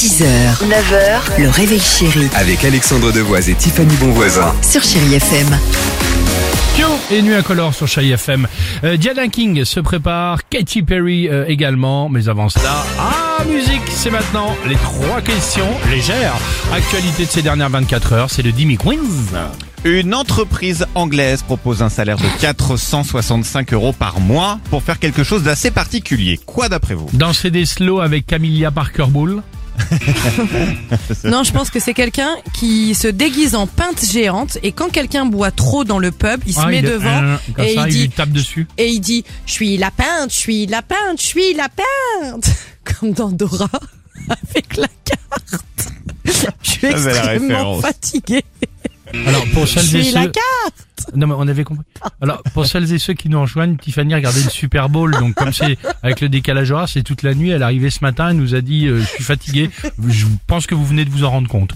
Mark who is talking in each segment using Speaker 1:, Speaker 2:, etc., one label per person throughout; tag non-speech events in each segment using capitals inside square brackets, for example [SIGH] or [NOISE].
Speaker 1: 6h, 9h, le réveil chéri
Speaker 2: Avec Alexandre Devoise et Tiffany Bonvoisin.
Speaker 1: sur Chérie FM.
Speaker 3: Et nuit incolore sur Chai FM. Euh, Diana King se prépare, Katy Perry euh, également, mais avant cela, ah musique, c'est maintenant les trois questions légères. Actualité de ces dernières 24 heures, c'est le Dimi Queens.
Speaker 4: Une entreprise anglaise propose un salaire de 465 euros par mois pour faire quelque chose d'assez particulier. Quoi d'après vous
Speaker 3: Danser des slow avec Camilla Parker Bull.
Speaker 5: Non, je pense que c'est quelqu'un qui se déguise en pinte géante et quand quelqu'un boit trop dans le pub, il se
Speaker 3: Ah,
Speaker 5: met devant
Speaker 3: comme
Speaker 5: et
Speaker 3: ça,
Speaker 5: il
Speaker 3: il, lui
Speaker 5: dit
Speaker 3: tape dessus.
Speaker 5: et il dit "Je suis la pinte, je suis la pinte, je suis la pinte" [LAUGHS] comme dans Dora [LAUGHS] avec la carte. Je suis
Speaker 4: Ah, mais la
Speaker 5: extrêmement
Speaker 4: référence.
Speaker 5: fatiguée.
Speaker 3: Alors pour
Speaker 5: Je
Speaker 3: celles et
Speaker 5: suis la
Speaker 3: ceux,
Speaker 5: carte.
Speaker 3: non mais on avait compris. Alors pour celles et ceux qui nous rejoignent, Tiffany regardait le Super Bowl, donc comme c'est avec le décalage horaire, c'est toute la nuit. Elle est arrivée ce matin, elle nous a dit euh, je suis fatiguée. Je pense que vous venez de vous en rendre
Speaker 4: [LAUGHS]
Speaker 3: compte.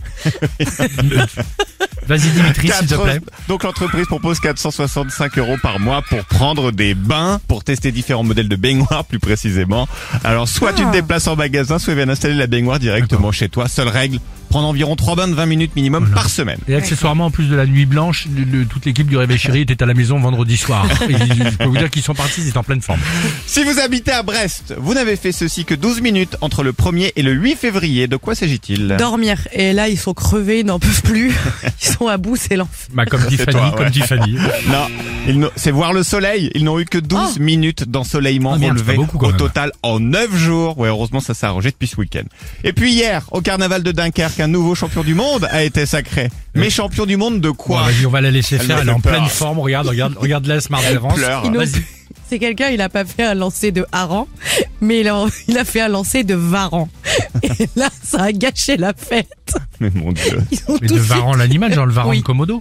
Speaker 3: Vas-y Dimitri s'il te
Speaker 4: Quatre-
Speaker 3: plaît.
Speaker 4: Donc l'entreprise propose 465 euros par mois pour prendre des bains, pour tester différents modèles de baignoires plus précisément. Alors soit tu
Speaker 3: Ah.
Speaker 4: te déplaces en magasin, soit viens installer la baignoire directement chez toi. Seule règle, prendre environ 3 bains de 20 minutes minimum par semaine.
Speaker 3: Et accessoirement, en plus de la nuit blanche, le- le- toute l'équipe du Réveil Chéri était à la maison vendredi
Speaker 4: [LAUGHS]
Speaker 3: soir. Et je peux vous dire qu'ils sont partis, ils étaient en pleine forme.
Speaker 4: Si vous habitez à Brest, vous n'avez fait ceci que 12 minutes entre le 1er et le 8 février. De quoi s'agit-il
Speaker 5: Dormir et là ils sont crevés, ils n'en peuvent plus. Ils sont à bout, c'est l'enfer.
Speaker 3: Bah, comme dit
Speaker 4: C'est
Speaker 3: Fanny,
Speaker 4: toi,
Speaker 3: comme
Speaker 4: ouais.
Speaker 3: dit Fanny.
Speaker 4: Non, ils n'ont- c'est voir le soleil. Ils n'ont eu que 12 minutes d'ensoleillement
Speaker 3: Ah merde, c'est
Speaker 4: relevé
Speaker 3: pas beaucoup, quand
Speaker 4: au
Speaker 3: même.
Speaker 4: total en 9 jours. Ouais, heureusement, ça s'est arrangé depuis ce week-end. Et puis hier, au carnaval de Dunkerque, un nouveau champion du monde a été sacré. Mais champion du monde de
Speaker 3: Bon,
Speaker 4: quoi
Speaker 3: vas-y, on va la laisser
Speaker 4: Elle
Speaker 3: faire,
Speaker 4: me
Speaker 3: elle est
Speaker 4: fait
Speaker 3: en
Speaker 4: peur.
Speaker 3: pleine forme. Regarde, regarde, regarde la smart
Speaker 4: pleure.
Speaker 5: Ils n'ont-
Speaker 3: Vas-y.
Speaker 5: C'est quelqu'un, il a pas fait un lancer de hareng, mais il a, il a fait un lancer de varan. [LAUGHS] Et là, ça a gâché la fête.
Speaker 4: Mais mon dieu.
Speaker 5: Ils ont
Speaker 3: Mais
Speaker 5: tous
Speaker 3: de Ah,
Speaker 5: eu-
Speaker 3: Varan l'animal, genre le Varan
Speaker 5: Oui.
Speaker 3: de Komodo.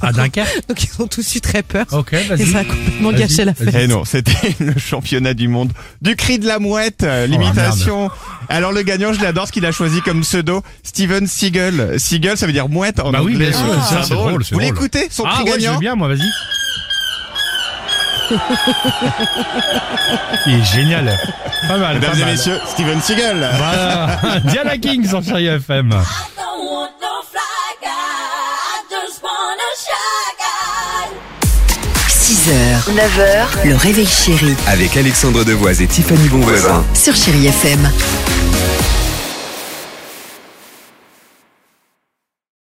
Speaker 3: À Dunkerque.
Speaker 5: Donc ils ont tous eu très peur.
Speaker 3: Ok,
Speaker 5: Et
Speaker 3: Oh, vas-y. Ah,
Speaker 5: ça a complètement
Speaker 3: Vas-y,
Speaker 5: gâché la
Speaker 3: vas-y.
Speaker 5: fête.
Speaker 4: Eh non, c'était [LAUGHS] le championnat du monde du cri de la
Speaker 3: Oh,
Speaker 4: mouette, euh, l'imitation. Alors le gagnant, je l'adore, ce qu'il a choisi comme pseudo, Steven Seagal. Seagal, ça veut dire mouette en
Speaker 3: Bah oui,
Speaker 4: anglais.
Speaker 3: bien sûr,
Speaker 4: Ah,
Speaker 3: ça, c'est drôle, c'est
Speaker 4: Vous
Speaker 3: drôle.
Speaker 4: l'écoutez, son
Speaker 3: Ah
Speaker 4: petit
Speaker 3: ouais, je
Speaker 4: gagnant
Speaker 3: veux bien, moi, vas-y. Il est génial. Pas mal, pas
Speaker 4: Mesdames
Speaker 3: mal.
Speaker 4: et
Speaker 3: Bah,
Speaker 4: messieurs, Steven Seagal.
Speaker 3: Voilà. [LAUGHS] Diana King sur Chéri FM.
Speaker 6: I don't want no fly guy. I just want a shy
Speaker 1: 6h,
Speaker 6: guy.
Speaker 1: 9h, le réveil chéri
Speaker 2: Avec Alexandre Devoise et Tiffany Bonvoisin.
Speaker 1: sur Chérie FM.